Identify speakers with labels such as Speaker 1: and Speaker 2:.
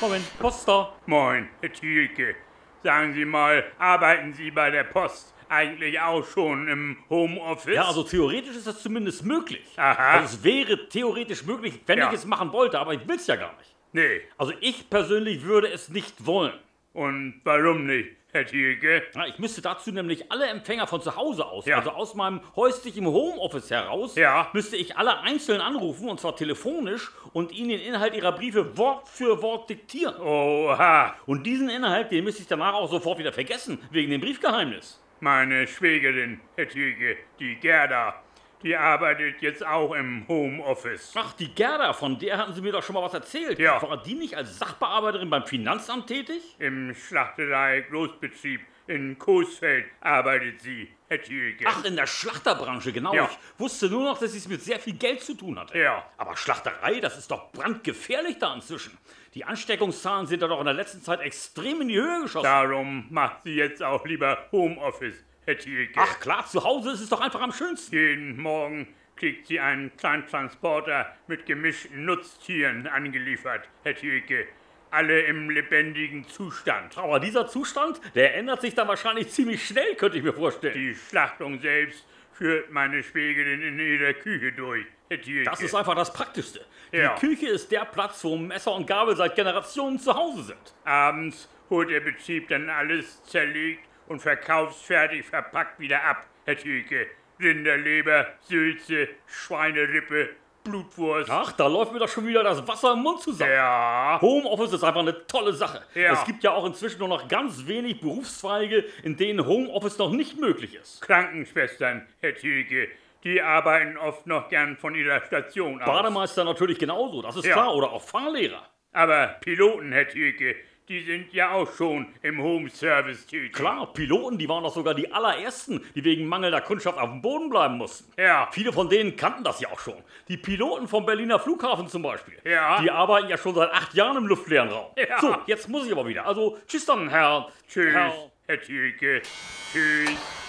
Speaker 1: Robin Poster.
Speaker 2: Moin, Herr Thielke. Sagen Sie mal, arbeiten Sie bei der Post eigentlich auch schon im Homeoffice?
Speaker 1: Ja, also theoretisch ist das zumindest möglich.
Speaker 2: Aha.
Speaker 1: Also es wäre theoretisch möglich, wenn
Speaker 2: Ja.
Speaker 1: ich es machen wollte, aber ich will es ja gar nicht.
Speaker 2: Nee.
Speaker 1: Also ich persönlich würde es nicht wollen.
Speaker 2: Und warum nicht, Herr Thielke?
Speaker 1: Ja, ich müsste dazu nämlich alle Empfänger von zu Hause aus,
Speaker 2: Ja.
Speaker 1: also aus meinem häuslichen Homeoffice heraus,
Speaker 2: Ja.
Speaker 1: müsste ich alle einzeln anrufen, und zwar telefonisch, und ihnen den Inhalt ihrer Briefe Wort für Wort diktieren.
Speaker 2: Oha,
Speaker 1: Und diesen Inhalt, den müsste ich danach auch sofort wieder vergessen, wegen dem Briefgeheimnis.
Speaker 2: meine Schwägerin, Herr Thielke, die Gerda, die arbeitet jetzt auch im Homeoffice.
Speaker 1: Ach, die Gerda, von der hatten Sie mir doch schon mal was erzählt.
Speaker 2: Ja.
Speaker 1: War die nicht als Sachbearbeiterin beim Finanzamt tätig?
Speaker 2: Im Schlachterei-Großbetrieb in Coesfeld arbeitet sie, Herr Thielke.
Speaker 1: Ach, in der Schlachterbranche, genau.
Speaker 2: Ja.
Speaker 1: Ich wusste nur noch, dass es mit sehr viel Geld zu tun hatte.
Speaker 2: Ja.
Speaker 1: Aber Schlachterei, das ist doch brandgefährlich da inzwischen. Die Ansteckungszahlen sind da doch in der letzten Zeit extrem in die Höhe geschossen.
Speaker 2: Darum macht sie jetzt auch lieber Homeoffice, Herr Thielke.
Speaker 1: Ach klar, zu Hause ist es doch einfach am schönsten.
Speaker 2: Jeden Morgen kriegt sie einen kleinen Transporter mit gemischten Nutztieren angeliefert, Herr Thielke. Alle im lebendigen Zustand.
Speaker 1: Aber dieser Zustand, der ändert sich dann wahrscheinlich ziemlich schnell, könnte ich mir vorstellen.
Speaker 2: Die Schlachtung selbst führt meine Schwägerin in ihrer Küche durch, Herr Thielke.
Speaker 1: Das ist einfach das Praktischste. Die
Speaker 2: Ja.
Speaker 1: Küche ist der Platz, wo Messer und Gabel seit Generationen zu Hause sind.
Speaker 2: Abends holt der Betrieb dann alles zerlegt und verkaufsfertig verpackt wieder ab, Herr Thielke. Rinderleber, Sülze, Schweinerippe, Blutwurst.
Speaker 1: Ach, da läuft mir doch schon wieder das Wasser im Mund zusammen.
Speaker 2: Ja,
Speaker 1: Homeoffice ist einfach eine tolle Sache.
Speaker 2: Ja.
Speaker 1: Es gibt ja auch inzwischen nur noch ganz wenig Berufszweige, in denen Homeoffice noch nicht möglich ist.
Speaker 2: Krankenschwestern, Herr Thielke. Die arbeiten oft noch gern von ihrer Station aus.
Speaker 1: Bademeister natürlich genauso, das ist
Speaker 2: Ja.
Speaker 1: klar. Oder auch Fahrlehrer.
Speaker 2: Aber Piloten, Herr Thielke, die sind ja auch schon im Home Service tätig.
Speaker 1: Klar, Piloten, die waren doch sogar die allerersten, die wegen mangelnder Kundschaft auf dem Boden bleiben mussten.
Speaker 2: Ja,
Speaker 1: Viele von denen kannten das ja auch schon. Die Piloten vom Berliner Flughafen zum Beispiel.
Speaker 2: Ja.
Speaker 1: Die arbeiten ja schon seit acht Jahren im luftleeren Raum.
Speaker 2: Ja.
Speaker 1: So, jetzt muss ich aber wieder. Also, tschüss dann, Herr.
Speaker 2: tschüss,
Speaker 1: Herr
Speaker 2: Herr Thielke. Tschüss.